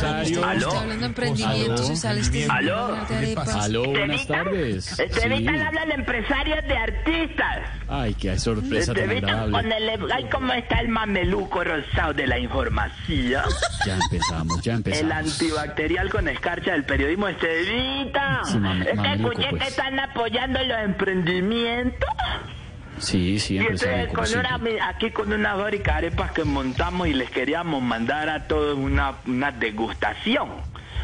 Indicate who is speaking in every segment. Speaker 1: Aló.
Speaker 2: Está hablando de emprendimientos y sales que
Speaker 3: Aló.
Speaker 2: de arepas.
Speaker 1: Aló, buenas
Speaker 3: Estevita,
Speaker 1: tardes.
Speaker 3: Estevita
Speaker 1: Sí.
Speaker 3: le habla de empresarios de artistas.
Speaker 1: Ay, qué sorpresa tan
Speaker 3: Estevita, con
Speaker 1: agradable.
Speaker 3: el, ay, cómo está el mameluco rosado de la información.
Speaker 1: Ya empezamos, ya
Speaker 3: El
Speaker 1: empezamos.
Speaker 3: antibacterial con escarcha del periodismo Estevita.
Speaker 1: Sí, mame-
Speaker 3: es que
Speaker 1: mameluco,
Speaker 3: escuché que
Speaker 1: pues.
Speaker 3: están apoyando los emprendimientos.
Speaker 1: Sí, sí,
Speaker 3: Y ustedes
Speaker 1: empresario, como
Speaker 3: con una-
Speaker 1: siempre.
Speaker 3: aquí con una fábrica de arepas que montamos y les queríamos mandar a todos una, una degustación.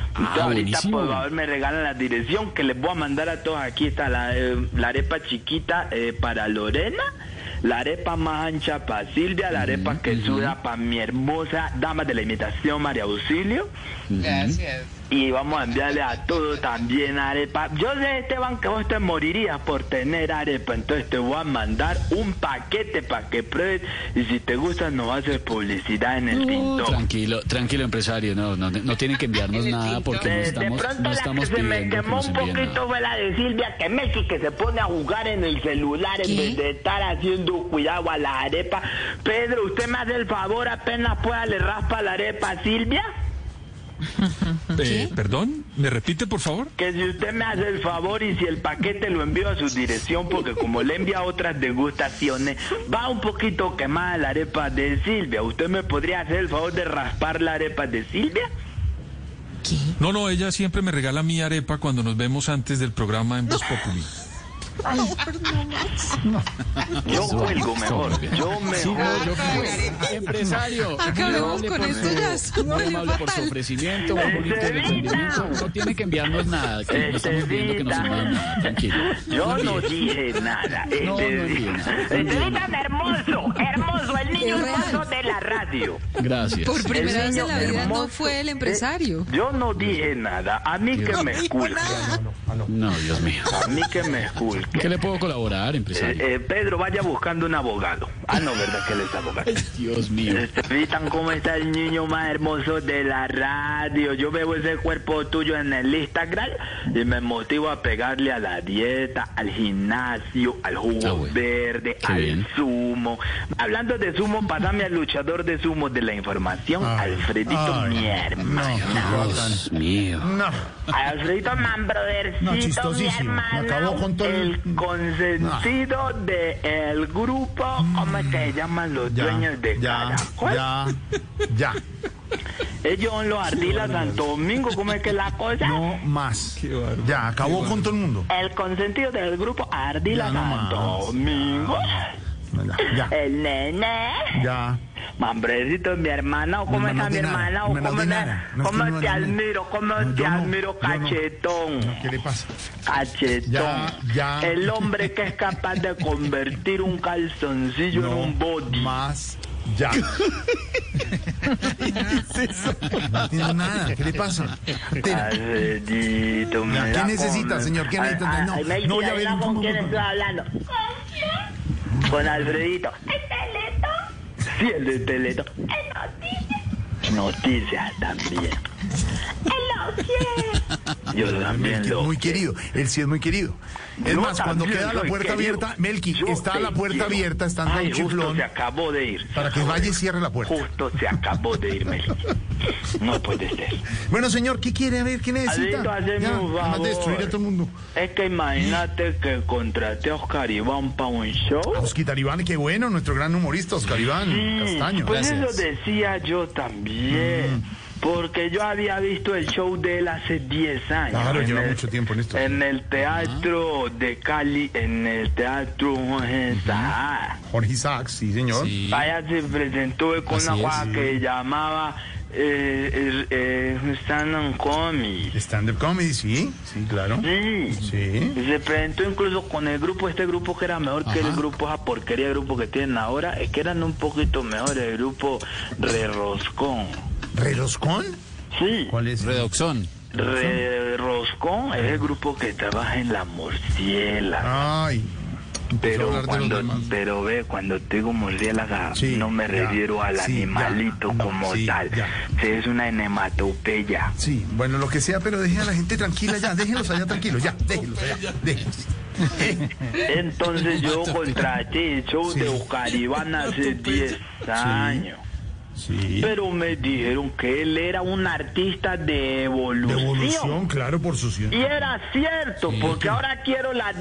Speaker 3: Entonces, ahorita
Speaker 1: Ah, buenísimo.
Speaker 3: por favor me regalan la dirección que les voy a mandar a todos. Aquí está la, eh, la arepa chiquita eh, para Lorena, la arepa más ancha para Silvia, la arepa
Speaker 1: Mm,
Speaker 3: que suda para mi hermosa dama de la imitación María Auxilio.
Speaker 4: Gracias.
Speaker 3: Y vamos a enviarle a todos también arepa. Yo sé, Esteban, que vos te morirías por tener arepa. Entonces te voy a mandar un paquete para que pruebes. Y si te gusta, nos haces publicidad en el
Speaker 1: No,
Speaker 3: tinto.
Speaker 1: Tranquilo, tranquilo empresario, no, no, no tienen que enviarnos
Speaker 4: El
Speaker 1: nada
Speaker 4: tinto.
Speaker 1: porque
Speaker 3: Eh, De,
Speaker 1: no
Speaker 3: de
Speaker 1: estamos,
Speaker 3: pronto
Speaker 1: no
Speaker 3: la que
Speaker 1: estamos
Speaker 3: se me
Speaker 1: pidiendo que
Speaker 3: quemó
Speaker 1: nos
Speaker 3: un
Speaker 1: envíen
Speaker 3: poquito
Speaker 1: nada.
Speaker 3: fue la de Silvia que Messi que se pone a jugar en el celular en
Speaker 2: ¿Qué?
Speaker 3: vez de estar haciendo cuidado a la arepa. Pedro, usted me hace el favor, apenas pueda le raspa la arepa a Silvia.
Speaker 5: Eh, perdón, ¿me repite, por favor?
Speaker 3: Que si usted me hace el favor y si el paquete lo envío a su dirección, porque como le envía otras degustaciones, va un poquito quemada la arepa de Silvia. ¿Usted me podría hacer el favor de raspar la arepa de Silvia?
Speaker 2: ¿Qué?
Speaker 5: No, no, ella siempre me regala mi arepa cuando nos vemos antes del programa en Voz Populi.
Speaker 1: Ah, pues,
Speaker 3: Yo cuelgo mejor. Yo mejor.
Speaker 1: Yo creo- Empresario,
Speaker 4: Acabemos
Speaker 1: muy amable
Speaker 4: con
Speaker 1: por
Speaker 4: esto,
Speaker 1: su-
Speaker 4: ya es
Speaker 1: muy
Speaker 4: muy
Speaker 1: amable por su
Speaker 4: fatal.
Speaker 1: ofrecimiento, muy bonito el
Speaker 3: Estevita.
Speaker 1: emprendimiento. No tiene que enviarnos nada, que no estamos pidiendo que nos envíen nada. Tranquilo.
Speaker 3: Este, Yo no
Speaker 1: envíen.
Speaker 3: dije nada.
Speaker 1: No, no envíe
Speaker 3: Este,
Speaker 1: nada.
Speaker 3: este tan hermoso, hermoso, el niño
Speaker 2: Qué real.
Speaker 3: hermoso de la radio.
Speaker 1: Gracias.
Speaker 4: Por primera
Speaker 3: El
Speaker 4: vez en
Speaker 3: niño
Speaker 4: la vida
Speaker 3: hermoso.
Speaker 4: no fue el empresario.
Speaker 3: Eh, Yo no dije nada. A mí que me esculque.
Speaker 1: No, Dios mío.
Speaker 3: A mí que me esculque.
Speaker 1: ¿Qué le puedo colaborar, empresario?
Speaker 3: Eh, eh, Pedro, vaya buscando un abogado. Ah, no, ¿verdad que él es
Speaker 1: eh.
Speaker 3: abogado?
Speaker 1: Dios mío.
Speaker 3: Vitan, ¿cómo está el niño más hermoso de la radio? Yo veo ese cuerpo tuyo en el Instagram y me motivo a pegarle a la dieta, al gimnasio, al jugo
Speaker 1: Ah, bueno.
Speaker 3: verde,
Speaker 1: Qué
Speaker 3: al
Speaker 1: bien.
Speaker 3: sumo. Hablando de sumo, pasame al luchador de sumo de la información, Alfredito, mi hermano.
Speaker 1: Dios mío.
Speaker 3: Alfredito Mambrodercito,
Speaker 6: No,
Speaker 3: mi
Speaker 6: chistosísimo. Me
Speaker 3: hermano,
Speaker 6: acabó con todo
Speaker 3: el
Speaker 6: el- Ah.
Speaker 3: consentido del grupo, ¿cómo es que se llaman los dueños de
Speaker 6: ya,
Speaker 3: Caracol?
Speaker 6: ya, ya,
Speaker 3: Ellos son los Ardila Santo Domingo, ¿cómo es que es la cosa?
Speaker 6: no más. Ya, acabó con todo el mundo.
Speaker 3: El consentido del grupo Ardila
Speaker 6: Ya no
Speaker 3: Santo
Speaker 6: más.
Speaker 3: Domingo,
Speaker 6: Ya, ya,
Speaker 3: el nene,
Speaker 6: ya.
Speaker 3: Mambrecito, mi hermana, ¿o ¿cómo
Speaker 6: No, no,
Speaker 3: está
Speaker 6: no
Speaker 3: mi
Speaker 6: tiene nada,
Speaker 3: hermana? ¿O
Speaker 6: no, no
Speaker 3: ¿Cómo,
Speaker 6: tiene
Speaker 3: te-
Speaker 6: nada. No, es que
Speaker 3: cómo
Speaker 6: no, no
Speaker 3: te
Speaker 6: tiene-
Speaker 3: admiro? ¿Cómo
Speaker 6: No,
Speaker 3: te
Speaker 6: yo no,
Speaker 3: admiro,
Speaker 6: yo no.
Speaker 3: cachetón?
Speaker 6: ¿Qué le pasa?
Speaker 3: Cachetón.
Speaker 6: Ya, ya.
Speaker 3: El hombre que es capaz de convertir un calzoncillo en
Speaker 6: No
Speaker 3: un body.
Speaker 6: más, ya. No entiendo nada. ¿Qué le pasa? Tela.
Speaker 3: Alfredito, me
Speaker 6: Ya, ¿qué
Speaker 3: la
Speaker 6: necesita,
Speaker 3: come.
Speaker 6: señor? ¿Qué
Speaker 3: Ay,
Speaker 6: necesita?
Speaker 3: ay,
Speaker 6: No,
Speaker 3: ay, me
Speaker 6: no voy a
Speaker 3: dice,
Speaker 6: ver
Speaker 3: ¿con
Speaker 6: cómo-
Speaker 3: quién estoy hablando? Con Alfredito. ¿El Teleto? Sí, el de Teleto. Noticias también. Yo también
Speaker 6: Melqui es
Speaker 3: lo.
Speaker 6: muy querido, él sí es muy querido. Es
Speaker 3: Yo
Speaker 6: más, cuando
Speaker 3: también
Speaker 6: queda la
Speaker 3: soy
Speaker 6: puerta
Speaker 3: querido.
Speaker 6: abierta, Melqui,
Speaker 3: Yo
Speaker 6: está
Speaker 3: te
Speaker 6: la puerta
Speaker 3: quiero.
Speaker 6: abierta, está andando
Speaker 3: Ay,
Speaker 6: un
Speaker 3: Justo
Speaker 6: chiflón
Speaker 3: se acabó de ir.
Speaker 6: para que vaya y cierre la puerta.
Speaker 3: Justo se acabó de ir, Meli. No puede ser.
Speaker 6: Bueno, señor, ¿qué quiere? A ver, ¿qué necesita?
Speaker 3: Alito, hazme
Speaker 6: Ya,
Speaker 3: un
Speaker 6: además
Speaker 3: favor.
Speaker 6: de destruir a todo el mundo.
Speaker 3: Es que imagínate que contraté a Oscar Iván para un show.
Speaker 6: Ah, Oscar Iván, qué bueno, nuestro gran humorista, Oscar Iván
Speaker 3: Sí,
Speaker 6: Castaño. Mm.
Speaker 3: Pues
Speaker 1: Gracias.
Speaker 3: eso decía yo también. Porque yo había visto el show de él hace 10 años.
Speaker 6: Claro,
Speaker 3: en
Speaker 6: lleva
Speaker 3: el-
Speaker 6: mucho tiempo en esto.
Speaker 3: En el teatro de Cali, en el teatro Jorge Sahara.
Speaker 6: Jorge Isaac, sí, señor.
Speaker 1: Sí.
Speaker 3: Allá se presentó con
Speaker 1: Así
Speaker 3: una
Speaker 1: es,
Speaker 3: guaja
Speaker 1: sí.
Speaker 3: que llamaba eh, eh, eh, Stand and Comedy.
Speaker 6: Stand-up comedy, sí, sí, claro.
Speaker 3: Sí.
Speaker 6: Sí.
Speaker 3: Y Se presentó incluso con el grupo, este grupo que era mejor que el grupo, esa porquería de grupo que tienen ahora, es que eran un poquito mejores, el grupo Re Roscón.
Speaker 6: ¿Reloscón?
Speaker 3: Sí,
Speaker 6: ¿Cuál es?
Speaker 1: Redoxón.
Speaker 3: Re Roscón es el grupo que trabaja en la morciela.
Speaker 6: Ay. empezó a
Speaker 3: Pero
Speaker 6: hablar de
Speaker 3: cuando,
Speaker 6: los demás.
Speaker 3: pero ve, cuando te digo murciélaga,
Speaker 6: Sí,
Speaker 3: no me
Speaker 6: ya,
Speaker 3: refiero al
Speaker 6: sí, ya,
Speaker 3: animalito
Speaker 6: no,
Speaker 3: como
Speaker 6: sí,
Speaker 3: tal.
Speaker 6: ya.
Speaker 3: Sí, es una enematopeya.
Speaker 6: Sí, bueno, lo que sea, pero dejen a la gente tranquila ya, déjenlos allá tranquilos, ya, déjenlos allá, déjenlos.
Speaker 3: Entonces yo contraté el show de Oscar Iván hace 10 años.
Speaker 7: Sí.
Speaker 3: Pero me dijeron que él era un artista de
Speaker 7: De
Speaker 3: evolución.
Speaker 7: evolución, claro, por su ciudad.
Speaker 3: Y era cierto, porque ahora quiero la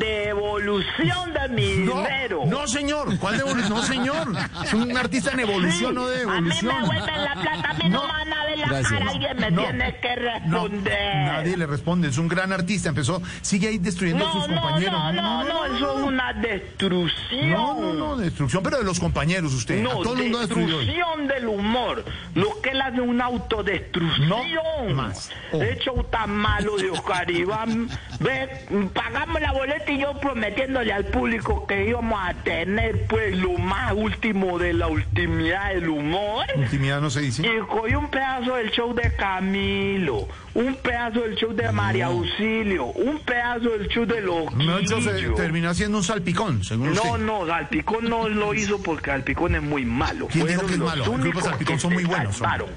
Speaker 3: devolución de mi dinero.
Speaker 7: No, no, señor. ¿Cuál devolución? No, señor. Es un artista en evolución,
Speaker 3: Sí,
Speaker 7: no de
Speaker 3: a mí
Speaker 7: evolución.
Speaker 3: me vuelven la plata, a mí no,
Speaker 7: No.
Speaker 3: me van a ver la
Speaker 1: Gracias.
Speaker 3: cara, alguien me
Speaker 7: No.
Speaker 3: tiene que
Speaker 7: No,
Speaker 3: responder.
Speaker 7: nadie le responde. Es un gran artista. Empezó, sigue ahí destruyendo a
Speaker 3: no,
Speaker 7: sus
Speaker 3: no,
Speaker 7: compañeros.
Speaker 3: no, no, no, eso es una destrucción.
Speaker 7: No, no, no, destrucción, pero de los compañeros, usted.
Speaker 3: No,
Speaker 7: a todo el mundo destruyó. hoy.
Speaker 3: destrucción del humor. Lo que él hace es una autodestrucción.
Speaker 7: No más. Oh.
Speaker 3: De hecho, tan malo de Oscar Iván. Ve, pagamos la boleta y yo prometiéndole al público que íbamos a tener, pues, lo más último de la ultimidad del humor.
Speaker 7: Intimidad no se
Speaker 3: Y
Speaker 7: dice.
Speaker 3: cogí un pedazo del show de Camilo, un pedazo del show de María Auxilio, un pedazo del show de los.
Speaker 7: No, hecho, se
Speaker 3: Quillo.
Speaker 7: terminó haciendo un salpicón, según
Speaker 3: No,
Speaker 7: usted.
Speaker 3: no, Salpicón no lo hizo porque Salpicón es muy malo.
Speaker 7: ¿Quién dijo
Speaker 3: Fueron
Speaker 7: que es
Speaker 3: los
Speaker 7: malo? El grupo
Speaker 3: únicos
Speaker 7: Salpicón
Speaker 3: que
Speaker 7: son
Speaker 3: se
Speaker 7: muy buenos, son-
Speaker 3: salvaron.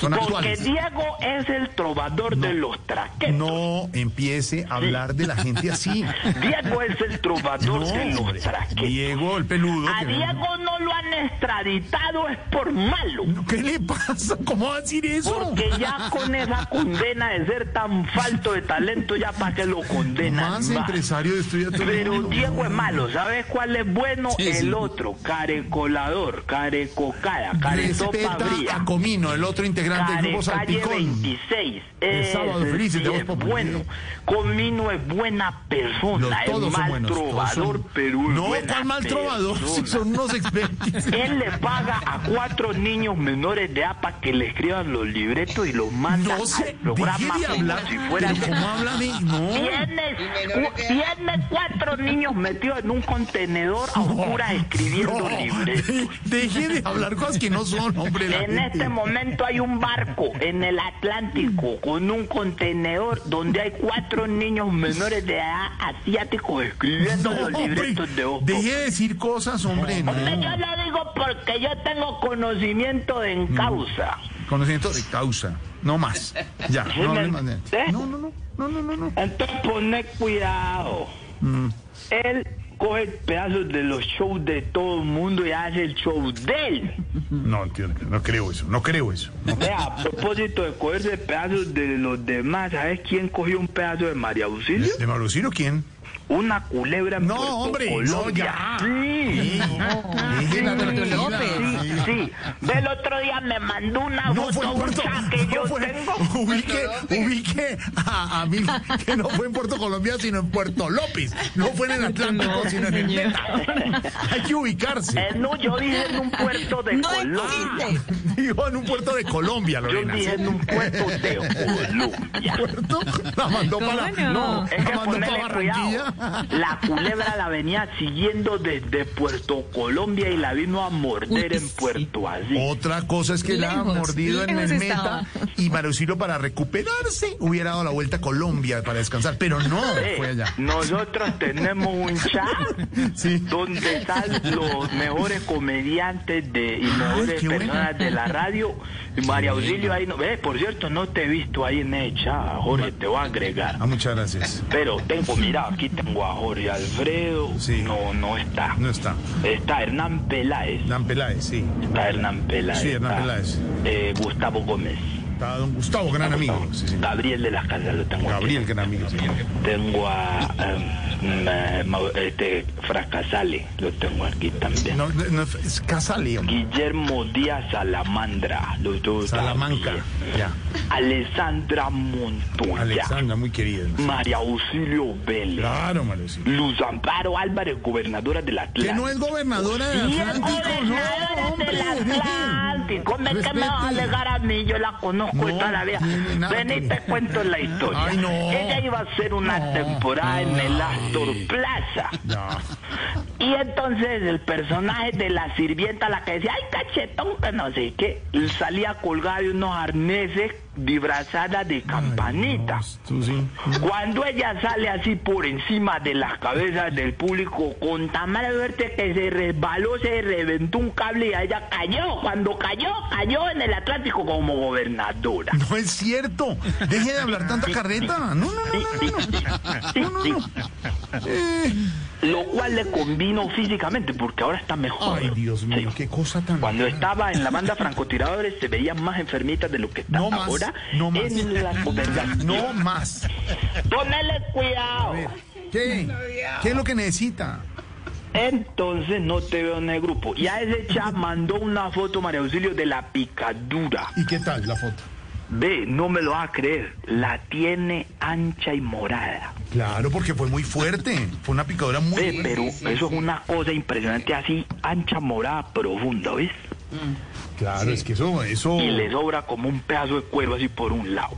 Speaker 7: son
Speaker 3: porque
Speaker 7: actuales.
Speaker 3: Diego es el trovador de los traquetos.
Speaker 7: No empiece a hablar de la gente así.
Speaker 3: Diego es el trovador
Speaker 7: No,
Speaker 3: de los traquetos.
Speaker 7: Diego, el peludo.
Speaker 3: A
Speaker 7: que-
Speaker 3: Diego no lo han extraditado, es por malo.
Speaker 7: ¿Qué le pasa? ¿Cómo va a decir eso?
Speaker 3: Porque ya con esa condena de ser tan falto de talento, ya para que lo condenan.
Speaker 7: Más empresario destruye a todo el
Speaker 3: Pero
Speaker 7: mundo.
Speaker 3: Diego es malo, ¿sabes cuál es bueno?
Speaker 1: Sí,
Speaker 3: el
Speaker 1: sí.
Speaker 3: otro, carecolador, carecocada,
Speaker 7: Respeta
Speaker 3: caresopa
Speaker 7: a
Speaker 3: bría,
Speaker 7: Comino, el otro integrante del
Speaker 3: care
Speaker 7: grupo
Speaker 3: calle
Speaker 7: Salpicón.
Speaker 3: 26.
Speaker 7: El
Speaker 3: Ese
Speaker 7: sábado feliz de
Speaker 3: sí
Speaker 7: Voz
Speaker 3: es
Speaker 7: Populi.
Speaker 3: bueno. Comino es buena
Speaker 7: Los-
Speaker 3: persona,
Speaker 7: todos
Speaker 3: es
Speaker 7: son
Speaker 3: mal
Speaker 7: buenos. todos
Speaker 3: trovador,
Speaker 7: son-
Speaker 3: pero es
Speaker 7: No,
Speaker 3: buena
Speaker 7: ¿cuál mal trovador? Si
Speaker 3: persona.
Speaker 7: son unos expertos.
Speaker 3: Él le paga a cuatro niños menores de APA que le escriban los libretos y los manda
Speaker 7: No
Speaker 3: al
Speaker 7: sé,
Speaker 3: programa
Speaker 7: deje de
Speaker 3: como
Speaker 7: hablar.
Speaker 3: si fuera
Speaker 7: pero ¿Cómo habla de.? No.
Speaker 3: Tienes,
Speaker 4: Y menores de edad.
Speaker 3: tienes cuatro niños metidos en un contenedor a oscuras escribiendo
Speaker 7: No,
Speaker 3: libretos.
Speaker 7: de- deje de hablar cosas que no son, hombre. la
Speaker 3: En
Speaker 7: gente.
Speaker 3: este momento hay un barco en el Atlántico con un contenedor donde hay cuatro niños menores de edad asiáticos escribiendo
Speaker 7: No,
Speaker 3: los
Speaker 7: hombre,
Speaker 3: libretos de Ojo.
Speaker 7: deje de decir cosas, hombre. No.
Speaker 3: Hombre, Yo lo digo porque yo tengo conocimiento en
Speaker 7: Mm.
Speaker 3: causa.
Speaker 7: Conocimiento de causa, no más. Ya,
Speaker 3: Sí,
Speaker 7: no hable
Speaker 3: me-
Speaker 7: más de-
Speaker 3: ¿Eh?
Speaker 7: No, no, no, no, no, no, no.
Speaker 3: Entonces poné cuidado.
Speaker 7: Mm.
Speaker 3: Él coge pedazos de los shows de todo el mundo y hace el show de él.
Speaker 7: No, tío, no creo eso, no creo eso. no.
Speaker 3: Vea, a propósito de cogerse pedazos de los demás, ¿sabes quién cogió un pedazo de María Auxilio?
Speaker 7: ¿De Malucino quién?
Speaker 3: Una culebra en
Speaker 7: No,
Speaker 3: Puerto
Speaker 7: hombre,
Speaker 3: Colombia.
Speaker 7: no, ya.
Speaker 3: Sí.
Speaker 7: Deje la tranquilidad.
Speaker 3: Sí, sí. Del otro día me mandó una
Speaker 7: No fue
Speaker 3: foto
Speaker 7: en
Speaker 3: un
Speaker 7: Puerto
Speaker 3: chat Ah, que yo
Speaker 7: no fue-
Speaker 3: tengo.
Speaker 7: Ubique, ubique a, a mí que no fue en Puerto Colombia, sino en Puerto López. No fue en el Atlántico, sino en el Meta. Hay que ubicarse.
Speaker 3: Eh, no, yo dije en un puerto de
Speaker 2: No
Speaker 3: Colombia.
Speaker 2: existe.
Speaker 7: Dijo en un puerto de Colombia,
Speaker 3: Yo
Speaker 7: Lorena.
Speaker 3: dije en un puerto de Colombia.
Speaker 7: ¿Puerto? La mandó
Speaker 2: ¿Cómo
Speaker 7: para.
Speaker 2: no?
Speaker 7: No,
Speaker 3: Es que
Speaker 7: la mandó para
Speaker 3: ponerle cuidado.
Speaker 7: Barranquilla.
Speaker 3: La culebra la venía siguiendo desde Puerto Colombia y la vino a morder
Speaker 2: Uy,
Speaker 3: en
Speaker 2: sí.
Speaker 7: Oh,
Speaker 3: Puerto así.
Speaker 7: Otra cosa es que la ha
Speaker 2: Lejos,
Speaker 7: mordido en el
Speaker 2: lejos
Speaker 7: meta
Speaker 2: estaba.
Speaker 7: y Marucilo para recuperarse hubiera dado la vuelta a Colombia para descansar, pero no
Speaker 3: Eh,
Speaker 7: fue allá.
Speaker 3: Nosotros tenemos un chat
Speaker 7: Sí.
Speaker 3: donde están los mejores comediantes de, y mejores
Speaker 7: qué buena.
Speaker 3: personas de la radio. Y María Auxilio ahí, no, eh, por cierto, no te he visto ahí en el chat, Jorge, te voy a agregar.
Speaker 7: Ah, muchas gracias.
Speaker 3: Pero tengo, mira, aquí tengo a Jorge Alfredo.
Speaker 7: Sí.
Speaker 3: No, no está.
Speaker 7: No está.
Speaker 3: Está Hernán Peláez.
Speaker 7: Dan Peláez, sí.
Speaker 3: Está Hernán Peláez.
Speaker 7: Sí, Hernán
Speaker 3: está,
Speaker 7: Peláez.
Speaker 3: eh, Gustavo Gómez.
Speaker 7: Está don Gustavo, gran amigo. Sí, sí.
Speaker 3: Gabriel de las Casas lo tengo. aquí.
Speaker 7: Gabriel, gran amigo. señor.
Speaker 3: Tengo a em, ma- ma- este, Fracasale, lo tengo aquí también.
Speaker 7: No, no, es Casale, hombre.
Speaker 3: Guillermo Díaz Salamandra, lo tengo
Speaker 7: Salamanca.
Speaker 3: también.
Speaker 7: Ya.
Speaker 3: Alessandra Montoya.
Speaker 7: Alexandra, muy querida.
Speaker 3: María Auxilio Vélez.
Speaker 7: Claro, Marucilo.
Speaker 3: Luz Amparo Álvarez, gobernadora del
Speaker 7: Que
Speaker 3: Atlántico.
Speaker 7: no es gobernadora del
Speaker 3: Y es
Speaker 7: Atlántico, no,
Speaker 3: gobernadora
Speaker 7: hombre.
Speaker 3: del Atlántico. ¿Cómo es que me vas a
Speaker 7: Respete.
Speaker 3: alegar a mí? Yo la conozco
Speaker 7: No,
Speaker 3: de toda la vida.
Speaker 7: tiene nada
Speaker 3: Ven
Speaker 7: que
Speaker 3: y te
Speaker 7: ver.
Speaker 3: cuento la historia.
Speaker 7: Ay, no.
Speaker 3: Ella iba a hacer una temporada en el Astor Plaza.
Speaker 7: No.
Speaker 3: Y entonces el personaje de la sirvienta, la que decía, ay, cachetón, que no sé qué, salía colgada de unos arneses disfrazada de campanita.
Speaker 7: Tú sí.
Speaker 3: Cuando ella sale así por encima de las cabezas del público, con tan mala suerte que se resbaló, se reventó un cable y ella cayó. Cuando cayó, cayó en el Atlántico como gobernadora.
Speaker 7: No es cierto. Deje de hablar tanta carreta. No, no, no, no, no. no.
Speaker 3: Sí,
Speaker 7: No, no,
Speaker 3: sí.
Speaker 7: no. Eh,
Speaker 3: lo cual le convino físicamente porque ahora está mejor.
Speaker 7: Ay, Dios mío,
Speaker 3: Sí.
Speaker 7: qué cosa tan.
Speaker 3: Cuando
Speaker 7: rara.
Speaker 3: estaba en la banda francotiradores se veían más enfermitas de lo que está
Speaker 7: No más,
Speaker 3: ahora
Speaker 7: no más.
Speaker 3: en las conversaciones.
Speaker 7: No más.
Speaker 3: Ponele cuidado.
Speaker 7: A ver, ¿qué? ¿Qué es lo que necesita?
Speaker 3: Entonces no te veo en el grupo. Y a ese chat mandó una foto, María Auxilio, de la picadura.
Speaker 7: ¿Y qué tal la foto?
Speaker 3: Ve, no me lo vas a creer. La tiene ancha y morada.
Speaker 7: Claro, porque fue muy fuerte. Fue una picadora muy.
Speaker 3: Ve,
Speaker 7: fuerte.
Speaker 3: pero eso es una cosa impresionante así, ancha, morada, profunda, ¿ves?
Speaker 7: Claro, es que eso. eso...
Speaker 3: Y le sobra como un pedazo de cuero así por un lado.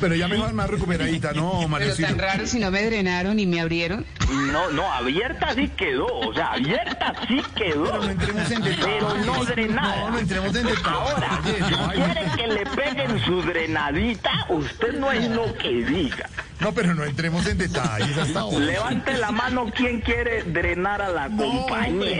Speaker 7: Pero ya mejor más recuperadita, ¿no,
Speaker 4: Pero
Speaker 7: Mariocito?
Speaker 4: tan raro si no me drenaron y me abrieron.
Speaker 3: No, no, abierta sí quedó. O sea, abierta sí quedó.
Speaker 7: Pero no entremos en detalles.
Speaker 3: Pero no drenada.
Speaker 7: No, no entremos en detalles.
Speaker 3: Ahora, si
Speaker 7: Ay,
Speaker 3: quiere que le peguen su drenadita, usted no es lo que diga.
Speaker 7: No, pero no entremos en detalles hasta ahora.
Speaker 3: Levante la mano quien quiere drenar a la
Speaker 7: No, hombre,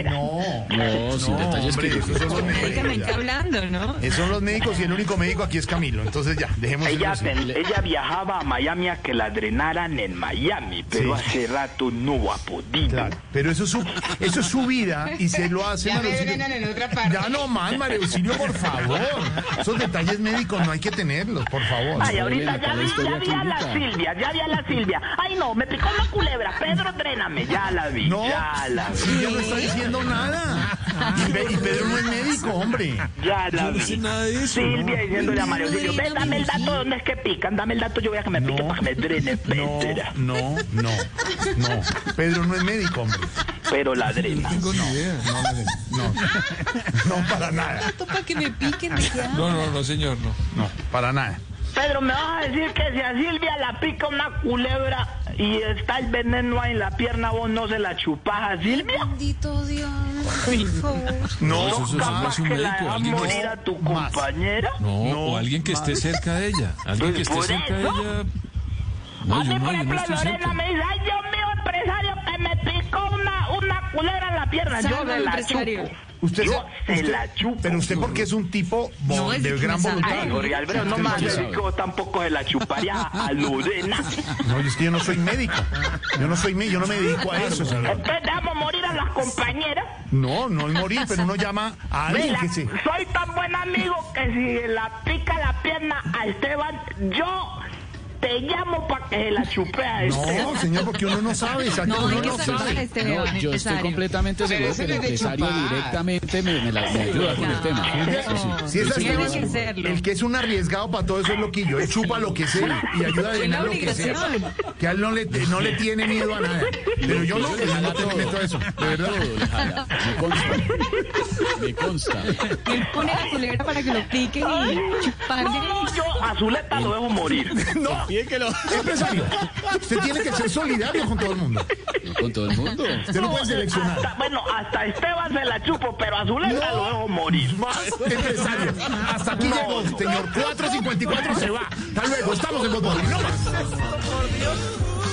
Speaker 3: compañera.
Speaker 7: no.
Speaker 1: No, sin detalles
Speaker 7: hombre,
Speaker 1: que-
Speaker 7: esos son los médicos. ya.
Speaker 2: hablando, ¿no?
Speaker 7: Esos son los médicos y el único médico aquí es Camilo. Entonces ya, dejemos
Speaker 3: Ella,
Speaker 7: eso.
Speaker 3: ten- ella viajaba a Miami a que la drenaran en Miami, pero
Speaker 7: Sí.
Speaker 3: hace rato no ha podido.
Speaker 7: Claro, pero eso es, su, eso es su vida y se lo hace
Speaker 4: Ya me
Speaker 7: Mario
Speaker 4: drenan
Speaker 7: Auxilio.
Speaker 4: en otra parte.
Speaker 7: Ya no más, Mario Auxilio, por favor. Esos detalles médicos no hay que tenerlos, por favor.
Speaker 3: Ay, ahorita
Speaker 1: Bueno, con
Speaker 3: ya
Speaker 1: la
Speaker 3: vi, ya
Speaker 1: historia
Speaker 3: vi a la
Speaker 1: clínica.
Speaker 3: Silvia, ya vi a la Silvia. Ay, no, me picó una culebra. Pedro, dréname. Ya la vi,
Speaker 7: No,
Speaker 3: ya la vi.
Speaker 7: Silvia no está diciendo nada. Y, Pe- y Pedro no es médico, hombre.
Speaker 3: Ya la
Speaker 5: Yo no
Speaker 3: vi.
Speaker 5: sé Pues, nada de eso,
Speaker 3: Silvia
Speaker 5: ¿no?
Speaker 3: diciéndole a Mario Silvio, ven, dame el dato, ¿dónde es que pican? Dame el dato, yo voy a que me pique para que me drene.
Speaker 7: No,
Speaker 3: Pedra.
Speaker 7: no, no, no. Pedro no es médico, hombre.
Speaker 3: Pero la drena.
Speaker 7: No, no, no, no, para nada.
Speaker 2: Para que me piquen de qué
Speaker 5: No, no, no, señor, no.
Speaker 7: No, para nada.
Speaker 3: Pedro, ¿me vas a decir que si a Silvia la pica una culebra y está el veneno ahí en la pierna, vos no se la chupás a Silvia?
Speaker 2: Bendito Dios, por favor.
Speaker 7: No,
Speaker 5: Pues eso- eso-
Speaker 7: va-
Speaker 5: no
Speaker 3: ¿Capaz
Speaker 5: es un
Speaker 3: que la
Speaker 5: médico,
Speaker 3: dejas
Speaker 5: alguien que
Speaker 3: morir
Speaker 5: es-
Speaker 3: a tu
Speaker 7: más.
Speaker 3: compañera?
Speaker 5: No,
Speaker 7: No,
Speaker 5: o alguien que esté cerca de ella. Alguien que esté
Speaker 3: Por
Speaker 5: cerca de
Speaker 3: eso.
Speaker 5: ella.
Speaker 3: a
Speaker 5: No,
Speaker 3: mí, por
Speaker 5: yo no, yo no
Speaker 3: ejemplo,
Speaker 5: estoy
Speaker 3: Lorena
Speaker 5: cerca.
Speaker 3: me dice, ay, Dios mío, empresario, que me picó una, una culebra en la pierna. Yo
Speaker 2: Salva
Speaker 3: me
Speaker 2: al
Speaker 3: la
Speaker 2: empresario.
Speaker 3: chupo.
Speaker 7: usted,
Speaker 3: Yo se
Speaker 7: usted-
Speaker 3: la chupo.
Speaker 7: Pero usted porque es un tipo bon-
Speaker 2: No, es
Speaker 7: de
Speaker 2: que
Speaker 7: gran
Speaker 2: me sabe.
Speaker 7: voluntad.
Speaker 3: Ay, Jorge Alfredo, no
Speaker 7: Usted
Speaker 3: más,
Speaker 7: lo
Speaker 3: yo
Speaker 7: sabe.
Speaker 3: sí que vos tampoco se la chuparía a Lorena.
Speaker 7: No, yo es que yo no soy médico. Yo no soy médico, yo no me dedico a eso, señor.
Speaker 3: Entonces dejamos morir a las compañeras.
Speaker 7: No, no es morir, pero uno llama a
Speaker 3: Ve,
Speaker 7: alguien
Speaker 3: la-
Speaker 7: que se...
Speaker 3: soy tan buen amigo que si la pica la pierna a Esteban, yo te llamo para que se la chupe a Esteban.
Speaker 7: No, señor, porque uno no sabe. exacto,
Speaker 2: No,
Speaker 7: uno
Speaker 2: hay que
Speaker 7: no
Speaker 2: salvar
Speaker 7: sabe.
Speaker 2: a
Speaker 1: No,
Speaker 2: este
Speaker 1: yo
Speaker 2: gran
Speaker 1: estoy
Speaker 2: empresario.
Speaker 1: completamente
Speaker 4: Pero
Speaker 1: seguro
Speaker 4: ese
Speaker 1: que el
Speaker 4: es de
Speaker 1: empresario
Speaker 4: chupar.
Speaker 1: directamente me, me la, me ayuda con el tema. Eso sí.
Speaker 7: Si es
Speaker 1: Eso
Speaker 7: así,
Speaker 1: sí lo
Speaker 2: que
Speaker 1: hago.
Speaker 2: hacerlo.
Speaker 7: el que es un arriesgado para todo eso es loquillo. Él chupa lo que sea y ayuda a llenar lo que sea. Que a él no le, eh, no le tiene miedo a nada. Pero yo no,
Speaker 1: Yo le
Speaker 7: yo no
Speaker 1: jala
Speaker 7: te
Speaker 1: todo.
Speaker 7: meto a eso. De verdad.
Speaker 1: Todo le jala. Me consta. Me consta.
Speaker 2: Él pone la culebra para que lo piquen y chuparle.
Speaker 3: No, yo a Zuleta lo dejo morir.
Speaker 7: No,
Speaker 1: Bien que lo.
Speaker 7: empresario. Usted tiene que ser solidario con todo el mundo.
Speaker 1: Con todo el mundo.
Speaker 7: Usted no puede seleccionar.
Speaker 3: Hasta- bueno, hasta Esteban se la chupo, pero a Zuleta lo dejo morir.
Speaker 7: Más empresario. Hasta aquí
Speaker 3: No,
Speaker 7: llegó,
Speaker 3: no.
Speaker 7: señor. 454 se va. Hasta luego. Estamos en Voz Populi. No más.